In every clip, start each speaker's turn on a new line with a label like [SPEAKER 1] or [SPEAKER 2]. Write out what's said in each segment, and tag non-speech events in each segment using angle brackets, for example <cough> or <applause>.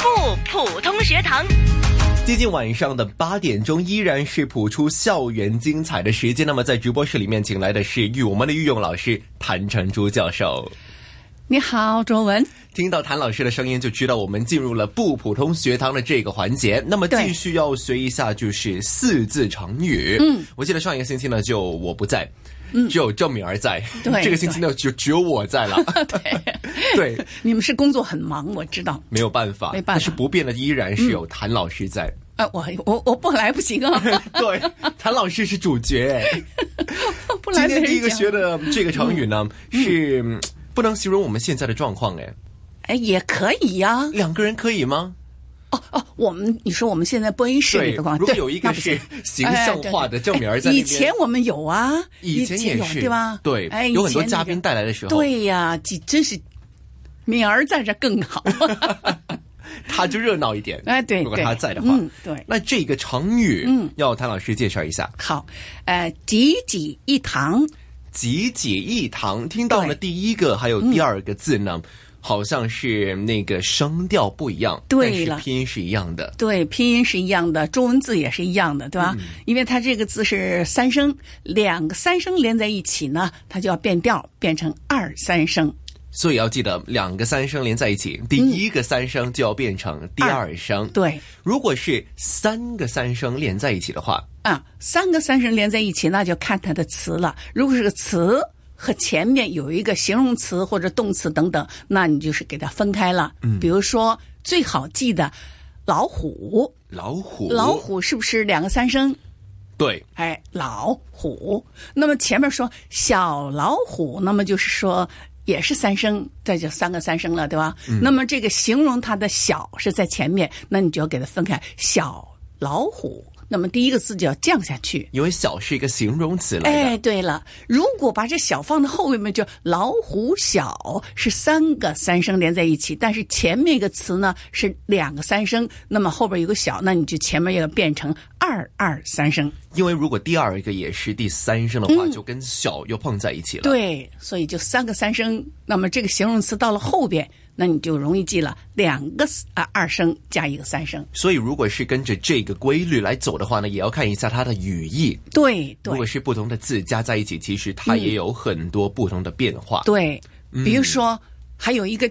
[SPEAKER 1] 普通学堂。
[SPEAKER 2] 接近晚上的八点钟，依然是谱出校园精彩的时间。那么在直播室里面，请来的是御我们的御用老师谭成珠教授。
[SPEAKER 3] 你好，卓文。
[SPEAKER 2] 听到谭老师的声音，就知道我们进入了不普通学堂的这个环节。那么继续要学一下就是四字成语。
[SPEAKER 3] 嗯，
[SPEAKER 2] 我记得上一个星期呢，就我不在，只有郑敏儿在。<laughs>
[SPEAKER 3] 对
[SPEAKER 2] 这个星期呢，就只有我在
[SPEAKER 3] <laughs>
[SPEAKER 2] 了。 <laughs> 对，
[SPEAKER 3] 你们是工作很忙，我知道。
[SPEAKER 2] 没有办法，
[SPEAKER 3] 没办法
[SPEAKER 2] 但是不变的依然是有谭老师在。
[SPEAKER 3] 啊，我我我不来不行啊，
[SPEAKER 2] <laughs> 对，谭老师是主角。哎
[SPEAKER 3] 不
[SPEAKER 2] 今
[SPEAKER 3] 来没
[SPEAKER 2] 天
[SPEAKER 3] 人
[SPEAKER 2] 第一个
[SPEAKER 3] 讲
[SPEAKER 2] 学的
[SPEAKER 3] <laughs>
[SPEAKER 2] 这个成语呢，是嗯不能形容我们现在的状况哎。
[SPEAKER 3] 哎，也可以呀、
[SPEAKER 2] 两个人可以吗？
[SPEAKER 3] 哦哦，我们你说我们现在播音室里的话，
[SPEAKER 2] 如果
[SPEAKER 3] 对
[SPEAKER 2] 有一
[SPEAKER 3] 那
[SPEAKER 2] 个
[SPEAKER 3] 不
[SPEAKER 2] 是形
[SPEAKER 3] 行哎
[SPEAKER 2] 象
[SPEAKER 3] 对
[SPEAKER 2] 化
[SPEAKER 3] 对
[SPEAKER 2] 的证明儿在
[SPEAKER 3] 哎
[SPEAKER 2] 那
[SPEAKER 3] 以
[SPEAKER 2] 边，
[SPEAKER 3] 前我们有啊，
[SPEAKER 2] 以前也
[SPEAKER 3] 有
[SPEAKER 2] 是
[SPEAKER 3] 对吧？
[SPEAKER 2] 对
[SPEAKER 3] 哎，
[SPEAKER 2] 有很多
[SPEAKER 3] 以前
[SPEAKER 2] 嘉
[SPEAKER 3] 那个
[SPEAKER 2] 宾带来的时候
[SPEAKER 3] 对呀、这真是敏儿在这更好。 <laughs>
[SPEAKER 2] 他就热闹一点。
[SPEAKER 3] 哎对
[SPEAKER 2] 如果
[SPEAKER 3] 对
[SPEAKER 2] 他在的话，
[SPEAKER 3] 嗯对
[SPEAKER 2] 那这个成语，嗯，要谭老师介绍一下。
[SPEAKER 3] 好，呃，济济一堂，
[SPEAKER 2] 集解一堂，听到了
[SPEAKER 3] 对嗯
[SPEAKER 2] 第一个还有第二个字呢，好像是那个声调不一样，
[SPEAKER 3] 对
[SPEAKER 2] 但
[SPEAKER 3] 了
[SPEAKER 2] 是拼音是一样的。
[SPEAKER 3] 对，拼音是一样的，中文字也是一样的，对吧？因为它这个字是三声，两个三声连在一起呢，它就要变调，变成二三声。
[SPEAKER 2] 所以要记得两个三声连在一起，第一个三声就要变成第二声。，
[SPEAKER 3] 嗯对
[SPEAKER 2] 如果是三个三声连在一起的话，
[SPEAKER 3] 啊，三个三声连在一起，那就看它的词了。如果是个词和前面有一个形容词或者动词等等，那你就是给它分开了。比如说最好记的老虎，
[SPEAKER 2] 老虎，
[SPEAKER 3] 老，虎是不是两个三声？
[SPEAKER 2] 对，
[SPEAKER 3] 哎，老虎。那么前面说小老虎，那么就是说也是三声，这就三个三声了，对吧？那么这个形容它的小是在前面，那你就要给它分开，小老虎。那么第一个字就要降下去。
[SPEAKER 2] 因为小是一个形容词来的。
[SPEAKER 3] 哎，对了，如果把这小放到后面，就老虎小是三个三声连在一起，但是前面一个词呢是两个三声，那么后边有个小，那你就前面要变成二二三声。
[SPEAKER 2] 因为如果第二个也是第三声的话，就跟小又碰在一起了。，
[SPEAKER 3] 嗯对，所以就三个三声。那么这个形容词到了后边，那你就容易记了，两个啊二声加一个三声。
[SPEAKER 2] 所以如果是跟着这个规律来走的话呢，也要看一下它的语义。
[SPEAKER 3] 对
[SPEAKER 2] 如
[SPEAKER 3] 对嗯
[SPEAKER 2] 果是不同的字加在一起，其实它也有很多不同的变化。
[SPEAKER 3] 对，比
[SPEAKER 2] 嗯
[SPEAKER 3] 如说、还有一个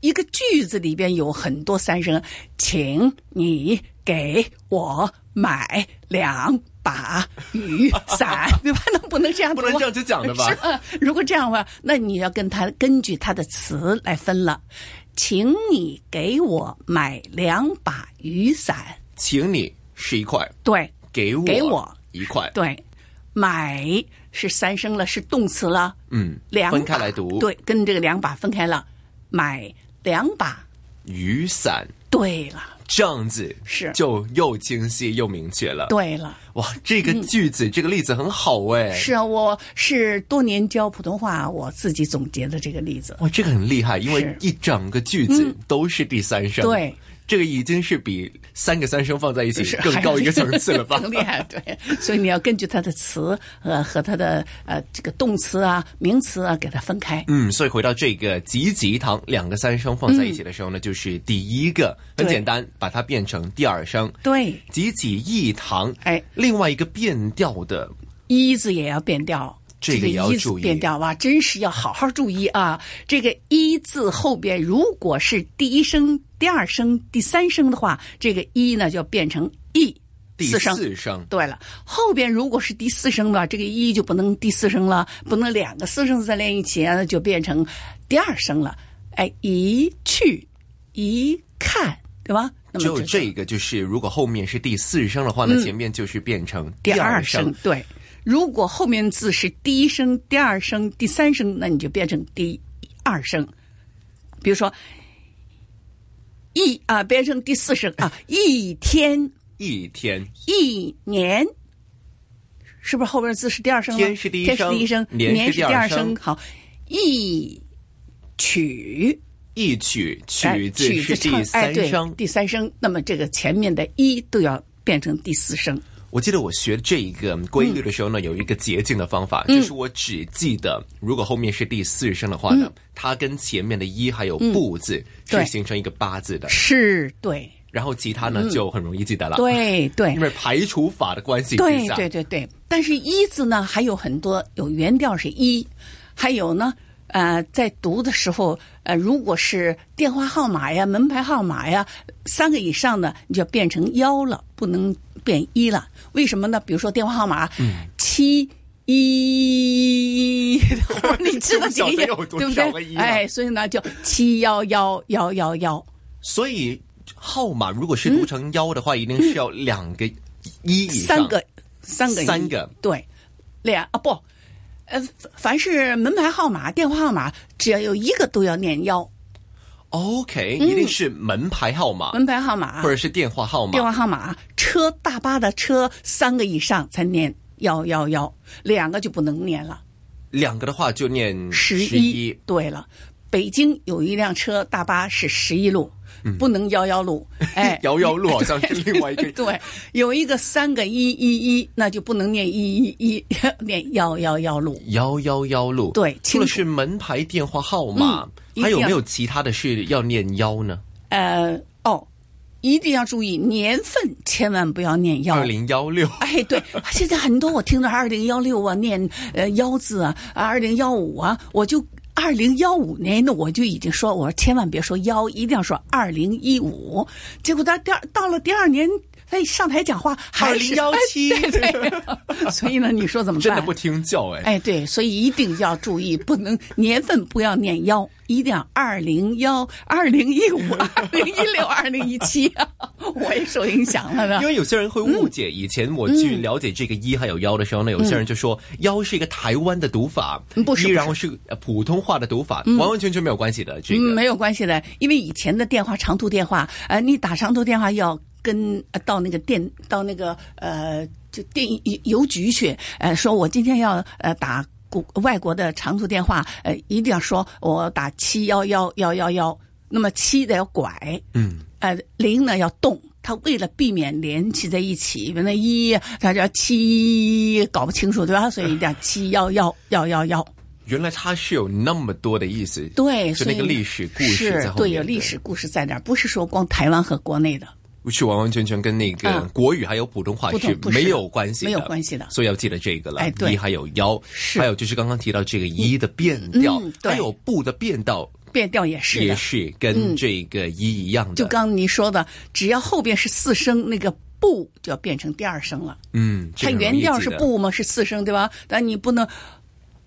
[SPEAKER 3] 一个句子里边有很多三声，请你给我买两把雨
[SPEAKER 2] <laughs>
[SPEAKER 3] 伞，对吧？那不能这样
[SPEAKER 2] 不
[SPEAKER 3] 读啊，
[SPEAKER 2] 能这样子讲的吧
[SPEAKER 3] <laughs> 是吧？如果这样的话，那你要跟他根据他的词来分了。请你给我买两把雨伞，
[SPEAKER 2] 请你是一块，
[SPEAKER 3] 对
[SPEAKER 2] 给我
[SPEAKER 3] 给我
[SPEAKER 2] 一块。
[SPEAKER 3] 对，买是三声了，是动词了，
[SPEAKER 2] 嗯，
[SPEAKER 3] 两把
[SPEAKER 2] 分开来读。，
[SPEAKER 3] 对，跟这个两把分开了，买两把。
[SPEAKER 2] 雨伞
[SPEAKER 3] 对了，
[SPEAKER 2] 这样子
[SPEAKER 3] 是
[SPEAKER 2] 就又清晰又明确了。
[SPEAKER 3] 对了，
[SPEAKER 2] 哇，这个句子、这个例子很好哎。
[SPEAKER 3] 是啊，我是多年教普通话，我自己总结的这个例
[SPEAKER 2] <laughs>
[SPEAKER 3] 子。
[SPEAKER 2] 哇，这个很厉害，因为
[SPEAKER 3] 是嗯
[SPEAKER 2] 一整个句子都是第三声。
[SPEAKER 3] 对。
[SPEAKER 2] 这个已经是比三个三声放在一起
[SPEAKER 3] 是
[SPEAKER 2] 更高一个层次了
[SPEAKER 3] <laughs>
[SPEAKER 2] 吧？
[SPEAKER 3] 更厉害，对，所以你要根据它的词呃和它的呃这个动词啊、名词啊给它分开。
[SPEAKER 2] <laughs> 嗯，所以回到这个集集堂，两个三声放在一起的时候呢，就是第一个很
[SPEAKER 3] 嗯对
[SPEAKER 2] 简单，把它变成第二声。
[SPEAKER 3] 对，
[SPEAKER 2] 集集一堂，
[SPEAKER 3] 哎
[SPEAKER 2] 另外一个变调的，
[SPEAKER 3] 一字也要变调，
[SPEAKER 2] 这个也要
[SPEAKER 3] 一字
[SPEAKER 2] 注意
[SPEAKER 3] 变调哇，真是要好好注意啊！这个一字后边如果是第一声、第二声、第三声的话，这个一呢就变成 e
[SPEAKER 2] 第
[SPEAKER 3] 四声。
[SPEAKER 2] 四声，
[SPEAKER 3] 对了，后边如果是第四声的，这个一就不能第四声了，不能两个四声再连一起，那就变成第二声了。哎，一去一看，对吧？那么
[SPEAKER 2] 只有
[SPEAKER 3] 就是
[SPEAKER 2] 这个就是，如果后面是第四声的话呢，前面就是变成
[SPEAKER 3] 第
[SPEAKER 2] 二
[SPEAKER 3] 二声，对。如果后面字是第一声、第二声、第三声，那你就变成第二声。比如说，一啊，变成第四声 <laughs> 啊，一天、
[SPEAKER 2] 一天
[SPEAKER 3] 一年，是不是后边字是第二声了？
[SPEAKER 2] 天是第一
[SPEAKER 3] 天
[SPEAKER 2] 声
[SPEAKER 3] 是第一声，
[SPEAKER 2] 年
[SPEAKER 3] 年
[SPEAKER 2] 是
[SPEAKER 3] 是
[SPEAKER 2] 第二
[SPEAKER 3] 二
[SPEAKER 2] 声
[SPEAKER 3] 好，一曲
[SPEAKER 2] 一曲
[SPEAKER 3] 哎
[SPEAKER 2] 曲子
[SPEAKER 3] 曲
[SPEAKER 2] 是
[SPEAKER 3] 子
[SPEAKER 2] 第
[SPEAKER 3] 唱哎
[SPEAKER 2] 三
[SPEAKER 3] 对
[SPEAKER 2] 声，
[SPEAKER 3] 第三声。那么这个前面的一都要变成第四声。
[SPEAKER 2] 我记得我学这一个规律的时候
[SPEAKER 3] 嗯
[SPEAKER 2] 呢，有一个捷径的方法，就是我只记得如果后面是第四声的话呢，它跟前面的一还有不字是
[SPEAKER 3] 嗯对
[SPEAKER 2] 形成一个八字的，
[SPEAKER 3] 是对，
[SPEAKER 2] 然后其他呢就很容易记得了。，
[SPEAKER 3] 嗯对对
[SPEAKER 2] 因为排除法的关系之
[SPEAKER 3] 对
[SPEAKER 2] 下，
[SPEAKER 3] 对对对，但是一字呢还有很多有原调是一，还有呢呃在读的时候呃如果是电话号码呀、门牌号码呀三个以上的，你就变成幺了，不能变一了。为什么呢？比如说电话号码
[SPEAKER 2] 嗯
[SPEAKER 3] 七。
[SPEAKER 2] <laughs>
[SPEAKER 3] 一，或者你知道几个
[SPEAKER 2] 就不晓得
[SPEAKER 3] 一，
[SPEAKER 2] 有多
[SPEAKER 3] 对不
[SPEAKER 2] 少个一
[SPEAKER 3] 对？
[SPEAKER 2] 了
[SPEAKER 3] 哎，所以呢，就七幺幺幺幺幺，
[SPEAKER 2] 所以号码如果是读成幺的话，一定是要两个一以上，
[SPEAKER 3] 嗯三个，三个一，
[SPEAKER 2] 三个
[SPEAKER 3] 对，两啊不，呃，凡是门牌号码、电话号码，只要有一个都要念幺。
[SPEAKER 2] OK，一定是门牌号码、
[SPEAKER 3] 嗯门牌号码
[SPEAKER 2] 啊或、者是电话号码
[SPEAKER 3] 电。话号码、车大巴的车三个以上才念幺幺幺，两个就不能念了。
[SPEAKER 2] 两个的话就念
[SPEAKER 3] 十
[SPEAKER 2] 一，
[SPEAKER 3] 一。对了，北京有一辆车大巴是十一路，不能幺幺路。哎
[SPEAKER 2] <laughs> 摇摇路好像是另外一个，
[SPEAKER 3] <laughs> 对，有一个三个一一一，那就不能念一一一， <laughs> 念幺幺幺路。
[SPEAKER 2] 幺幺幺路。
[SPEAKER 3] 对
[SPEAKER 2] 除
[SPEAKER 3] 清
[SPEAKER 2] 了
[SPEAKER 3] 楚
[SPEAKER 2] 是门牌电话号码，
[SPEAKER 3] 嗯
[SPEAKER 2] 还有
[SPEAKER 3] 一定要
[SPEAKER 2] 没有其他的是要念幺呢？
[SPEAKER 3] 呃，哦，一定要注意年份，千万不要念幺
[SPEAKER 2] 二。零幺六。
[SPEAKER 3] 哎，对，现在很多我听着二零幺六啊，念呃幺字啊，二零幺五啊，我就二零幺五年的我就已经说，我说千万别说幺，一定要说二零一五。结果他第二到了第二年，他一上台讲话还是
[SPEAKER 2] 2017
[SPEAKER 3] 哎对对所以呢，你说怎么办？
[SPEAKER 2] 真的不听教哎、
[SPEAKER 3] 哎，对，所以一定要注意，不能年份不要念幺，一定要二零幺、二零一五、二零一六、二零一七， <laughs> 我也受影响了呢
[SPEAKER 2] 因。为有些人会误解，以前我去了解这个一还有幺的时候呢，有些人就说幺是一个台湾的读法，
[SPEAKER 3] 嗯不是
[SPEAKER 2] 一
[SPEAKER 3] 不是
[SPEAKER 2] 然后是呃普通话的读法，完完全全没有关系的。这
[SPEAKER 3] 嗯，
[SPEAKER 2] 个
[SPEAKER 3] 没有关系的，因为以前的电话长途电话，呃，你打长途电话要跟、呃到那个电到那个呃就电邮邮局去，呃，说我今天要呃打国外国的长途电话，呃，一定要说我打七幺幺幺幺幺，那么七的要拐，
[SPEAKER 2] 嗯，
[SPEAKER 3] 呃，零呢要动。它为了避免联系在一起，那一它叫七，搞不清楚对吧？所以
[SPEAKER 2] <laughs>
[SPEAKER 3] 一定要七幺幺幺幺幺。
[SPEAKER 2] 原来它是有那么多的意思，
[SPEAKER 3] 对，
[SPEAKER 2] 就
[SPEAKER 3] 所
[SPEAKER 2] 那
[SPEAKER 3] 以
[SPEAKER 2] 个历史故事在
[SPEAKER 3] 是
[SPEAKER 2] 后面，
[SPEAKER 3] 对，有历史故事在那儿，不是说光台湾和国内的，
[SPEAKER 2] 是完完全全跟那个
[SPEAKER 3] 嗯
[SPEAKER 2] 国语还有普通话
[SPEAKER 3] 不同
[SPEAKER 2] 是
[SPEAKER 3] 不是
[SPEAKER 2] 没有关系的，
[SPEAKER 3] 没有关系的
[SPEAKER 2] 所以要记得这个了。
[SPEAKER 3] 哎对
[SPEAKER 2] 一还有幺，
[SPEAKER 3] 是
[SPEAKER 2] 还有就是刚刚提到这个一的变调，
[SPEAKER 3] 嗯对
[SPEAKER 2] 还有不的变调
[SPEAKER 3] 变调也是
[SPEAKER 2] 也
[SPEAKER 3] 的。
[SPEAKER 2] 是跟这个一一样的。
[SPEAKER 3] 就刚你说的，只要后边是四声，那个不就要变成第二声了。
[SPEAKER 2] 嗯，这
[SPEAKER 3] 它
[SPEAKER 2] 个很
[SPEAKER 3] 原调是
[SPEAKER 2] 容易记得。
[SPEAKER 3] 不嘛，是四声对吧？但你不能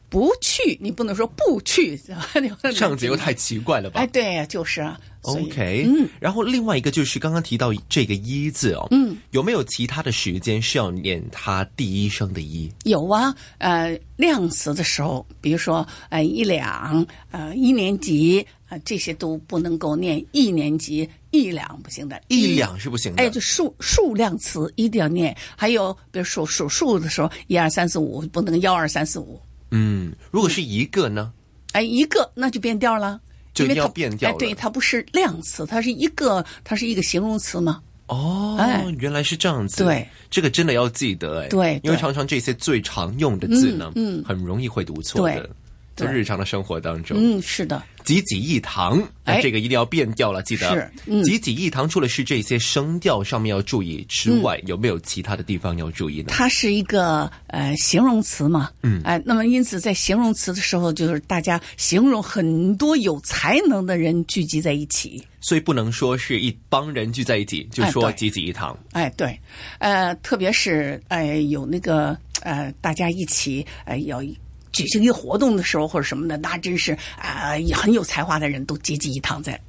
[SPEAKER 3] 不去，你不能说不去， <laughs> 对吧
[SPEAKER 2] 这样子又太奇怪了吧？
[SPEAKER 3] <laughs> 哎，对，就是啊。所以
[SPEAKER 2] OK，嗯，然后另外一个就是刚刚提到这个“一”字哦，嗯，有没有其他的时间是要念它第一声的“一
[SPEAKER 3] 有啊，呃，量词的时候，比如说呃一两，呃一年级啊、这些都不能够念一年级一两不行的”？，
[SPEAKER 2] 一两是不行的，
[SPEAKER 3] 哎，就数数量词一定要念。还有比如数数数的时候，一二三四五不能幺二三四五，
[SPEAKER 2] 嗯，如果是一个呢，
[SPEAKER 3] 哎一个那就变调了，
[SPEAKER 2] 就
[SPEAKER 3] 因为
[SPEAKER 2] 要
[SPEAKER 3] 它
[SPEAKER 2] 变调
[SPEAKER 3] 哎，对，
[SPEAKER 2] 了
[SPEAKER 3] 它不是量词，它是一个，它是一个形容词嘛。
[SPEAKER 2] 哦，
[SPEAKER 3] 哎
[SPEAKER 2] 原来是这样子，
[SPEAKER 3] 对，
[SPEAKER 2] 这个真的要记得，哎，
[SPEAKER 3] 对
[SPEAKER 2] 因为
[SPEAKER 3] 对
[SPEAKER 2] 常常这些最常用的字呢，嗯，很容易会读错的
[SPEAKER 3] 对，
[SPEAKER 2] 在
[SPEAKER 3] 对
[SPEAKER 2] 日常的生活当中，
[SPEAKER 3] 嗯，是的，
[SPEAKER 2] 集几一堂，那
[SPEAKER 3] 哎
[SPEAKER 2] 这个一定要变调了，记得。
[SPEAKER 3] 是嗯
[SPEAKER 2] 集几一堂除了是这些声调上面要注意之外，
[SPEAKER 3] 嗯
[SPEAKER 2] 有没有其他的地方要注意呢？
[SPEAKER 3] 它是一个呃形容词嘛，嗯，哎、那么因此在形容词的时候，就是大家形容很多有才能的人聚集在一起，
[SPEAKER 2] 所以不能说是一帮人聚在一起，就
[SPEAKER 3] 哎
[SPEAKER 2] 说
[SPEAKER 3] 对
[SPEAKER 2] 集几一堂。
[SPEAKER 3] 哎，对，呃，特别是呃有那个呃大家一起呃要举行一个活动的时候或者什么的，那真是啊、也很有才华的人都集集一堂在，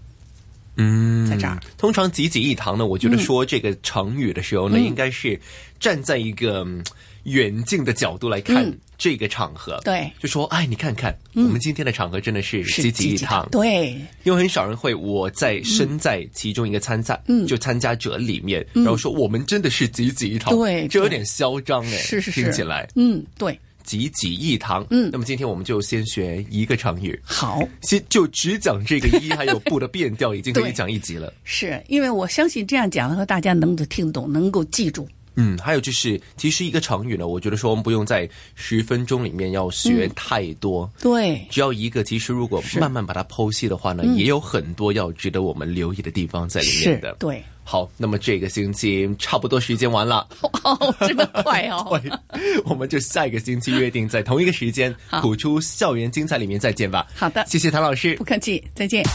[SPEAKER 3] 嗯，在这儿，嗯
[SPEAKER 2] 通常集几一堂呢，我觉得说这个成语的时候呢，应该是站在一个嗯远近的角度来看这个场合，
[SPEAKER 3] 嗯对嗯
[SPEAKER 2] 就说哎，你看看、我们今天的场合真的是
[SPEAKER 3] 是
[SPEAKER 2] 集几一堂，
[SPEAKER 3] 对，
[SPEAKER 2] 因为很少人会我在身在
[SPEAKER 3] 嗯
[SPEAKER 2] 其中一个参赛，就参加者里面，然后说我们真的是集几一堂，
[SPEAKER 3] 对
[SPEAKER 2] 这有点嚣张哎，
[SPEAKER 3] 是是是
[SPEAKER 2] 听起来
[SPEAKER 3] 嗯，对，
[SPEAKER 2] 集几一堂，嗯，那么今天我们就先学一个成语，
[SPEAKER 3] 好。
[SPEAKER 2] 先就只讲这个
[SPEAKER 3] <laughs>
[SPEAKER 2] 一还有不的变调，已经可以
[SPEAKER 3] 对
[SPEAKER 2] 讲一集了。
[SPEAKER 3] 是因为我相信这样讲的话，大家能够听懂，能够记住。
[SPEAKER 2] 嗯，还有就是，其实一个成语呢，我觉得说我们不用在十分钟里面要学
[SPEAKER 3] 嗯
[SPEAKER 2] 太多。
[SPEAKER 3] 对，
[SPEAKER 2] 只要一个，其实如果慢慢把它剖析的话呢，也有很多要值得我们留意的地方在里
[SPEAKER 3] 嗯是
[SPEAKER 2] 面的。
[SPEAKER 3] 对，
[SPEAKER 2] 好，那么这个星期差不多时间完了，
[SPEAKER 3] 哦，这么快哦！
[SPEAKER 2] <laughs> 对，我们就下一个星期约定在同一个时间
[SPEAKER 3] 好
[SPEAKER 2] 谱出校园精彩里面再见吧。
[SPEAKER 3] 好的
[SPEAKER 2] 谢谢谭老师
[SPEAKER 3] 不。客气，再见。